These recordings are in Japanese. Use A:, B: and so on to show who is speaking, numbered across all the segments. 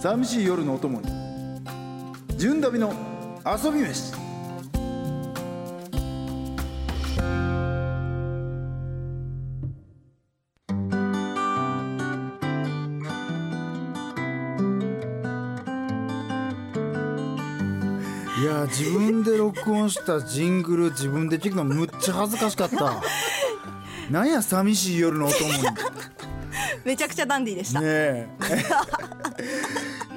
A: 寂しい夜のお供に純旅の遊び飯いやー自分で録音したジングル自分で聞くのむっちゃ恥ずかしかったなんや寂しい夜のお供に
B: めちゃくちゃダンディーでした、
A: ねえ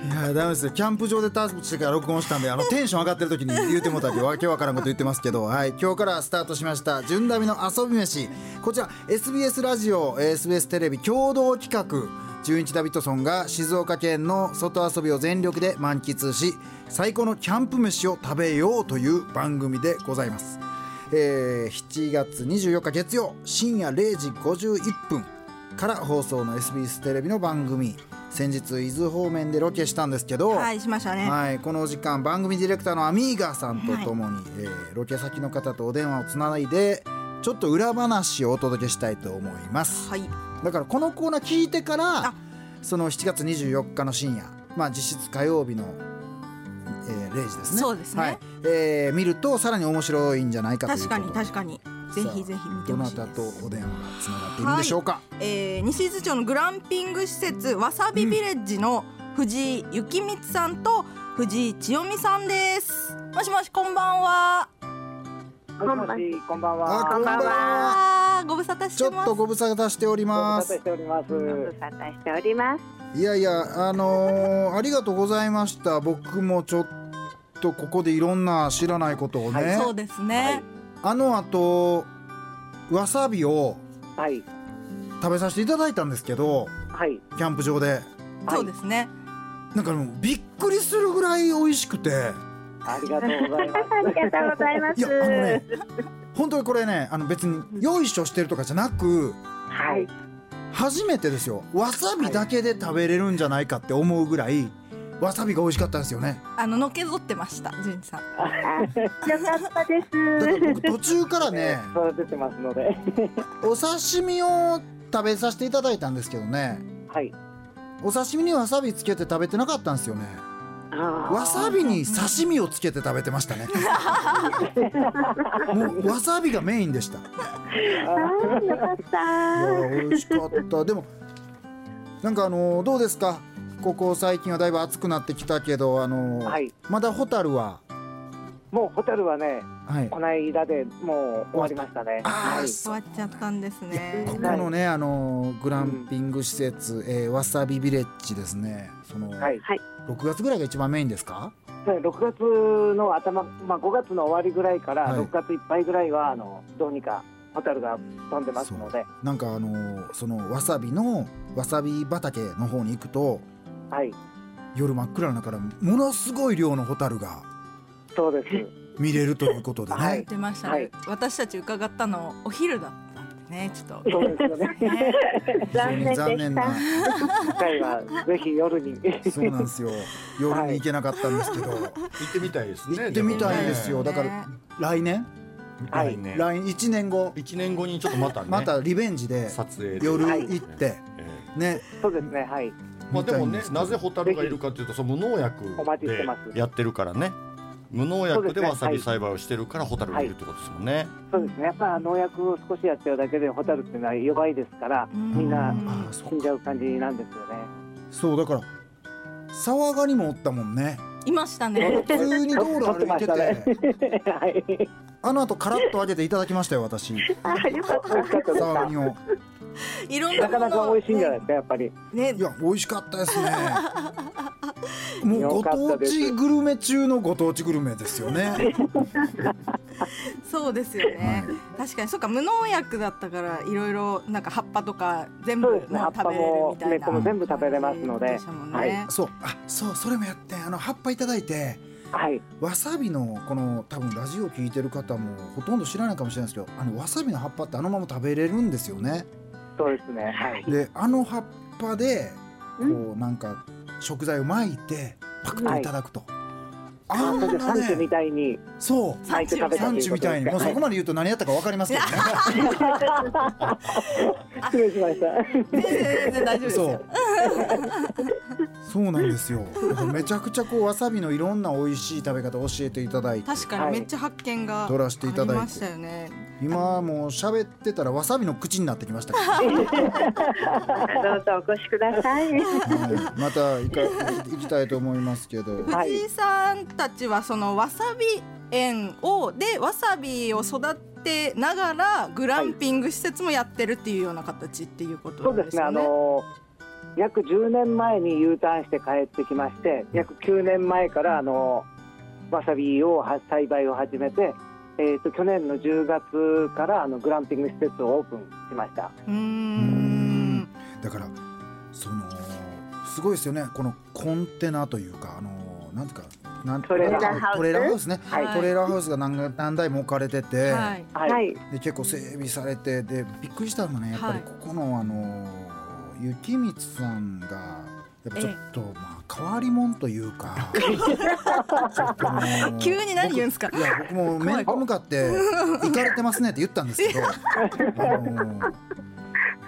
A: いやダメですよキャンプ場でタープしてから録音したんであのテンション上がってる時に言うてもうたりわけわからんこと言ってますけど、はい、今日からスタートしました「純ダビの遊び飯」こちら SBS ラジオ SBS テレビ共同企画純一ダビッドソンが静岡県の外遊びを全力で満喫し最高のキャンプ飯を食べようという番組でございます、えー7月24日月曜深夜0時51分から放送の SBS テレビの番組先日伊豆方面でロケしたんですけど、
B: はいしましたね
A: はいこの時間番組ディレクターのアミーガさんとともに、えーロケ先の方とお電話をつないでちょっと裏話をお届けしたいと思います、
B: はい
A: だからこのコーナー聞いてから
B: あ
A: その7月24日の深夜まあ実質火曜日の、えー0時ですね
B: そうですね
A: はいえー見るとさらに面白いんじゃないかというこ
B: 確
A: と
B: かに確かにぜ
A: さあ
B: ひぜひ見てほしい
A: どな
B: で
A: た
B: す
A: とお電話がつながっているんでしょうか、
B: えー、西伊豆町のグランピング施設わさびビレッジの藤井幸光さんと藤井千代美さんですもしもしこんばんは
C: もしもし、こんばんは。
A: あこんばんは
B: あーご無沙汰し
A: ちょ
B: て
A: っ
B: ます
A: とご無沙汰しており
C: ご無
A: ま
C: 沙
A: す
C: 汰しております。
D: ご無沙汰しております。
A: いやいやあのーありがとうござざいました僕もちょっとここでいろんな知らないことをね、
B: そうですね、
A: あのあとわさびを
C: はい、
A: 食べさせていただいたんですけど
C: はい、
A: キャンプ場で
C: はい
B: そうですね
A: なんかもうびっくりするぐらい美味しくて
C: ありがとうございま
D: ありがとうございま
A: い
D: す
A: やあ。のね本当にこれねあの別によいしょしてるとかじゃなく
C: す。はい、
A: 初めてですよわさびだけで食べれるんじゃないかって思うぐらいわさびが美味しかったんですよね
B: あののけぞってました純一さん
D: あよかったです。
A: だから僕途中から ね
C: 育ててますので。
A: お刺身を食べさせていただいたんですけどね
C: はい。
A: お刺身にわさびつけて食べてなかったんですよねわさびに刺身をつけて食べてましたねもうわさびがメインでしたい
D: あよか
A: や
D: った。
A: 美味しか ったでもなんかあのどうですかここ最近はだいぶ暑くなってきたけどあの、
C: はい
A: まだホタルは
C: もうホタルはね、
A: はい
C: この間でもう終わりましたね。
A: あー
C: はい。
B: 終わっちゃったんですね
A: ここのね、あのグランピング施設、えーわさびビレッジですねその、
C: はい。
A: 6月ぐらいが一番メインですか
C: そう6月の頭、まあ5月の終わりぐらいか
A: は
C: ら
A: い
C: 6月いっぱいぐらいはあのどうにかホタルが飛んでますので、
A: なんかあのーそのわさびのわさび畑の方に行くと
C: はい。
A: 夜真っ暗の中からものすごい量のホタルが
C: そうです。
A: 見れるということでね、
C: は
B: 言
C: い
B: ってましたね、
C: はい
B: 私たち伺ったのお昼だったんでねち ょっ
C: そうですよね。
B: とね
A: 非常に残念な
D: 残
C: 次回はぜひ夜に。
A: そうなんですよ夜に行けなかったんですけど、
E: 行ってみたいですね。
A: 行ってみたいですよ、
B: ね
A: だから来年
E: はね。
A: 来1年後
E: 一年後にちょっとまたね。
A: またリベンジで
E: 撮影で
A: 夜
C: はい
A: 行って
E: え
A: ね
C: そうですね。はい。
E: えまあで
A: 見た
E: もね
A: いんですけど
E: なぜホタルがいるかというとその無農薬
C: お待ちして
E: で
C: ます
E: やってるからね。無農薬でわさ
C: そうで
E: び
C: すねは
E: 栽培をしてるからホタルがいるってことですもんね。
C: そうですね。やっぱ農薬を少しやっちゃうだけでホタルっていうのは弱いですから、
B: うん
C: みんな
A: ああそ
C: 死ん
A: う
C: じ
A: か
C: ゃう感じなんですよね。
A: そうだから沢ガニもおったもんね
B: いましたね
A: 普通に道路歩いてて
C: はい。
A: あの後カラッと揚げていただきましたよ 私
D: あよかっ
C: 美味しかったです
A: 沢ガ
C: か。
A: ニを。
B: いろんな
C: なかなか美味しいんじゃないですすか、やっぱり。
B: ね
A: いや美味しかったです ね。もう
C: よ
A: ご
C: かった
A: 当
C: です
A: 地グルメ中のご当地グルメですよね。
B: そうですよね、確かにそうか無農薬だったからいろいろなんか葉っぱとか全部
C: そ
B: も
C: う
B: う
C: ですね
B: 食べれるみたい
C: 葉っぱ
B: な
C: も根っこも全部食べれますので
B: 感じしたもんね
C: はい
A: そうあそうそれもやってあの葉っぱいただいて
C: はい。
A: わさびのこの多分ラジオ聞いてる方もほとんど知らないかもしれないですけどあのわさびの葉っぱってあのまま食べれるんですよね。
C: そうですね。はい。
A: であの葉っぱで
D: う
A: こうなんか食材を巻いてパクッといただくと。あ
C: あ、
A: ん
C: そ
A: な
C: れで産地み
A: ね
C: たいに
A: そう
C: 巻いて食べた
A: 産
C: という
A: 地
C: こ
A: み
C: と
A: たいにも
C: で
A: う
C: す
A: そ
C: か。
A: こまで言うと何やったかわかりますけどね。
C: 失礼しました。
B: 全然全然大丈夫で す
A: そ
B: よ
A: うそうなんですよだからめちゃくちゃこうわさびのいろんな美味しい食べ方を教えていただいて
B: 確かにめっちゃ発見があ
A: 取らせていた
B: り
A: だいて
B: ましたよね。
A: 今もう喋ってたらわさびの口になってきましたけど、は
D: どうぞお越しください。
A: い、また行か行きたいと思いますけど
C: はい
B: 藤井さんたちはそのわさび園をでわさびを育てながらグランピング施設もやってるっていうような形っていうことな
C: そうんで
B: ですす
C: ね、
B: よ
C: あ
B: ね。
C: の約10年前に U ターンして帰ってきまして、約9年前からあのわさびをは栽培を始めて、えっ、と去年の10月からあのグランピング施設をオープンしました。
B: うーん
A: だからそのすごいですよねこのコンテナというかあのなんていうかなん
C: トレーラー
A: なんていうか
D: ハウス
A: トレーラーハウスね、
B: はい
A: トレーラーハウスが何何台も置かれてて、
B: はい。
C: は
D: はい。
A: で結構整備されてでびっくりしたのがねやっぱり
B: はい
A: ここの、あの雪光さんがやっぱちょっと、まあ変わり者というか ちょっともう
B: 急に何言うんすか
A: 僕いや僕も面と向かって「行かれてますね」って言ったんですけど、あの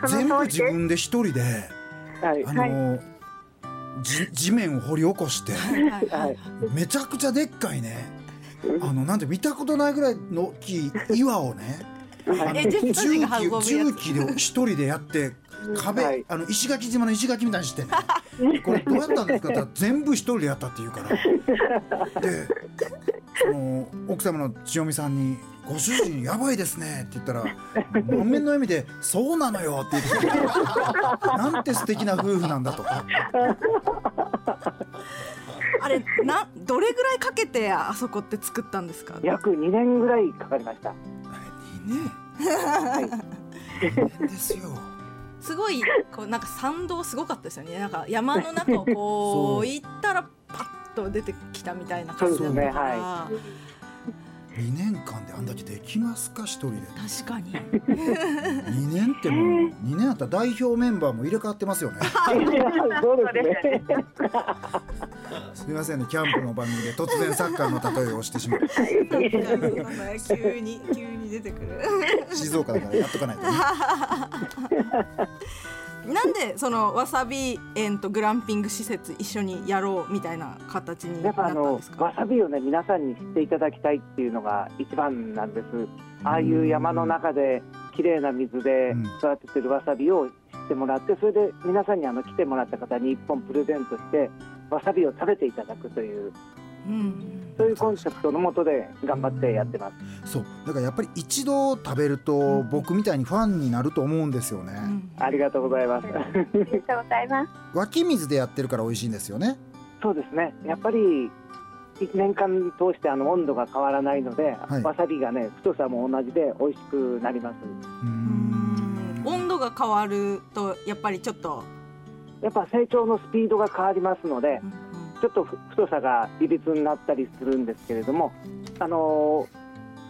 D: その
A: 全部
D: 通りです
A: 自分で一人で、
C: はい
A: あのじ地面を掘り起こして
B: はい
C: は
B: はいい。
A: めちゃくちゃでっかいねあのなんて見たことないぐらいの大きい岩をねあの
B: エジプト人
A: 重
B: が運ぶやつ
A: 機重機で一人でやって壁、
C: はい
A: あの石垣島の石垣みたいにして、ね、これどうやったんですかって言ったら全部一人でやったって言うからでその奥様の千代美さんに「ご主人やばいですね」って言ったら満面の笑みで「そうなのよ」って言ってたなんて素敵な夫婦なんだと
B: あれなどれぐらいかけてあそこって作ったんですか。
C: 約2年ぐらいかかりました。
A: ねですよ。
B: すごいこうなんか参道すごかったですよね。なんか山の中をこう
A: そう
B: 行ったらパッと出てきたみたいな感じ
A: そ
B: だっ
A: う
B: た
A: ですね
B: から。
A: 2年間であんだけできますか一人で
B: 確かに。
A: 2年ってもう2年あったら代表メンバーも入れ替わってますよね
C: そうですね。
A: すみませんねキャンプの番組で突然サッカーの例えをしてしまう
B: 急に急に出てくる。
A: 静岡だからやっとかないとね
B: なんでそのわさび園とグランピング施設一緒にやろうみたいな形にな
C: や
B: っ
C: っぱ
B: た
C: あ
B: ん
C: の
B: です
C: わ
B: か。
C: さびをね皆さんに知っていただきたいっていうのが一番なんです。ああいう山の中で綺麗な水で
A: うん
C: 育ててるわさびを知ってもらって、それで皆さんにあの来てもらった方に一本プレゼントしてわさびを食べていただくという
B: うん。
C: そういうコンセプトのもとで頑張ってやってます。
A: そうだからやっぱり一度食べると僕みたいにファンになると思うんですよね、
B: うん
C: ありがとうございます。
D: ありがとうございます。
A: 湧き水でやってるから美味しいんですよね
C: そうですね。やっぱり一年間通してあの温度が変わらないので、
A: い
C: わさびがね太さも同じで美味しくなります。
A: うー
B: うんん温度が変わるとやっぱりちょっと。
C: やっぱ成長のスピードが変わりますので
B: う。んうん
C: ちょっとふ太さがいびつになったりするんですけれども、あの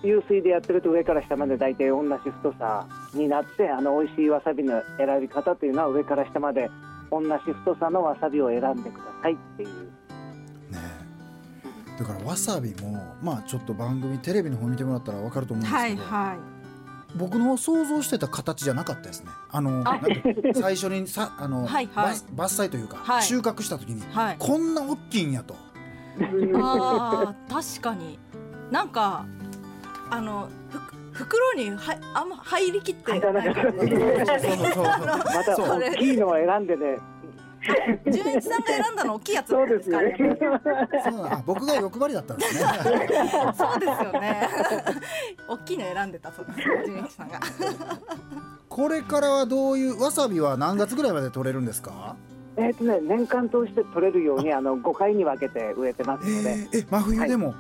C: ー流水でやってると上から下まで大体同じ太さになってあの美味しいわさびの選び方というのは上から下まで同じ太さのわさびを選んでくださいっていう
A: ねえだからわさびもまあちょっと番組テレビの方見てもらったらわかると思うんです
B: は
A: け
B: い
A: ど、
B: はい。
A: 僕の想像してた形じゃなかったですねあのなんか最初にさあの、
B: はいはい
A: 伐伐採というか、
B: はい
A: 収穫した時に
B: はい。
A: こんな大きいんやと
B: あー確かになんかあのふ袋にはあんま入りきってないから
A: そうそうそう
C: また
A: そう
C: 大きいのを選んでね
B: 純一さんが選んだの大きいやつなんですかね
A: そうなのあ僕が欲張りだったんですね
B: そうですよね 大きいの選んでたそうです純一さんが
A: これからはどういうわさびは何月ぐらいまで取れるんですか
C: えっ、とね年間通して取れるようにあの5回に分けて植えてますので
A: えーえ真冬でも、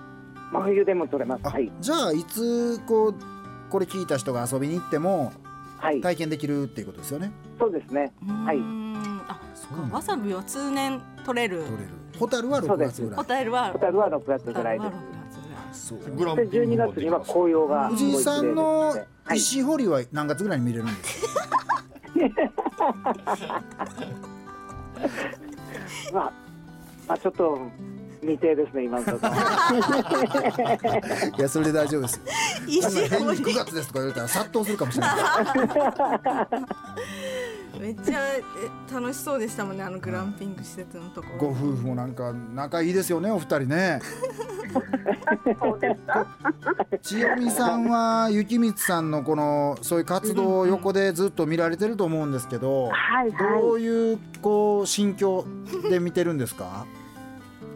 C: 真冬でも取れます
A: あ
C: はい
A: じゃあいつこうこれ聞いた人が遊びに行っても
C: はい
A: 体験できるっていうことですよね
C: そうですねはいう
B: ーんあそっ
A: そうなん
B: か
A: だ
B: わさびは通年取れる
A: 取れるホタルは
C: そ
A: 6
C: うで
A: 月
C: す
A: ぐら
B: ホ
A: い
B: タルは
C: ホタルは6月ぐらい
B: ホ
C: で
B: タルは六月ぐらい
A: そう
E: グランピ
C: すで
E: ング
C: 12
E: も
C: 月
E: で
C: に
E: き
C: は
E: ます
C: 紅葉がす
A: 藤
C: ごい
A: 井さ
C: 綺麗
A: ん
C: で
A: の
C: すねはい
A: 石掘りは何月ぐらいに見れるんですか
C: まあ、まあ、ちょっと未定ですね、今のと ころ。
A: いやそれで大丈夫ですよ。
B: 石
A: 変に
B: 掘り
A: 9月ですとか言われたら殺到するかもしれない。
B: めっちゃえ楽しそうでしたもんねあのグランピング施設のとこ
A: ご夫婦もなんか仲いいですよねお二人ね
D: そうですか。
A: 千代美さんは幸光さんのこのそういう活動を横でずっと見られてると思うんですけど
D: はい
A: ど
D: は
A: ういうこう心境で見てるんですか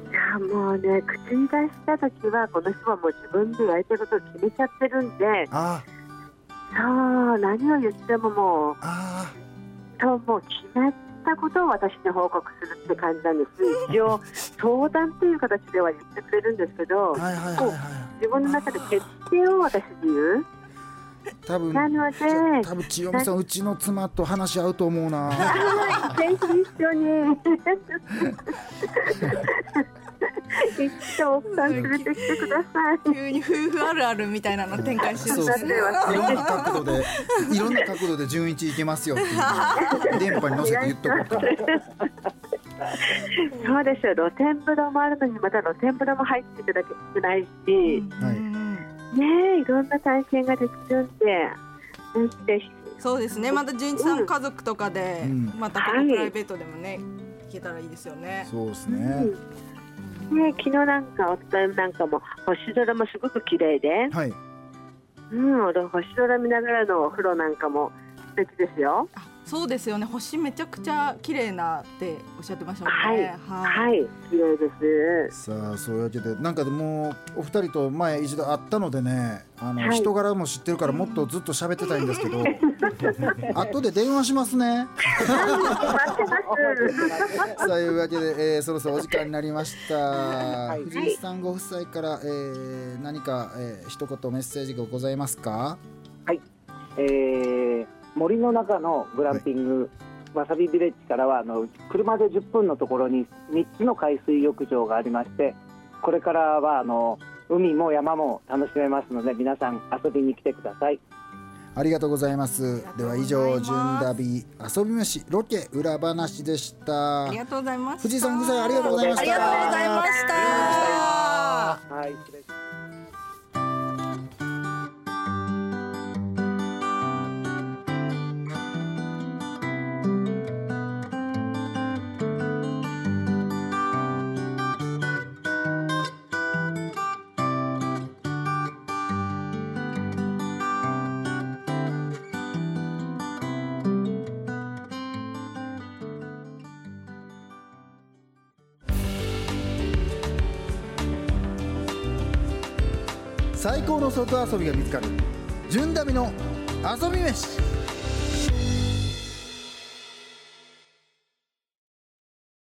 D: い。いやもうね口に出した時はこの人はもう自分でやりたいことを決めちゃってるんで、
A: あ
D: そう何を言ってももう
A: あ
D: そうもう決まったことを私に報告するって感じなんです。一応相談という形では言ってくれるんですけど
A: ー、はいはいはいはい
D: 自分の中で決定を私に言う。
A: 多分
D: なので
A: ちょ多分千代美さんうちの妻と話し合うと思うな
D: ぜひ一緒に。 一緒奥さん連れてきてください。
B: 急に夫婦あるあるみたいなの展開して
A: そ
B: る
A: うそういろんな角 度でいろんな角度で純一いけますよっていう電波に乗せて言っとこうか
D: そうですよ露天風呂もあるのにまた露天風呂も入っていただけてないし、
A: はい
D: ねえいろんな体験ができるんでぜひぜひ
B: そうですねまた純一さんの家族とかで、
A: うん
B: またこのプライベートでもね行けたらいいですよね
A: そうですね
D: ねえ昨日なんかお伝えなんかも星空もすごく綺麗で、
A: はい
D: うん、星空見ながらのお風呂なんかも素敵ですよ。
B: あそうですよね星めちゃくちゃ綺麗なっておっしゃってましたもん
D: はい、
B: ね、
D: はいい、綺麗です。
A: さあそういうわけでなんかでもお二人と前一度会ったのでねあの、
D: はい
A: 人柄も知ってるからもっとずっと喋ってたいんですけ ど後で電話しますね。
D: 待ってます。
A: さあいうわけで、えーそろそろお時間になりました、
C: い
A: 藤井さんご夫妻から、えー何か、えー一言メッセージがございますか
C: えー森の中のグランピング、わさびビレッジからはあの車で10分のところに3つの海水浴場がありましてこれからはあの海も山も楽しめますので皆さん遊びに来てください
A: ありがとうございます
B: あり
A: で
B: が
A: は
B: とうございま
A: 以
B: す
A: 上「純ダビ遊び飯ロケ裏話」でした
B: ありがとうございます
A: 藤井さんご夫妻ありがとうございました
B: ありがとうございました
C: はい失礼します
A: 最高の外遊びが見つかる「純ダビの遊び飯」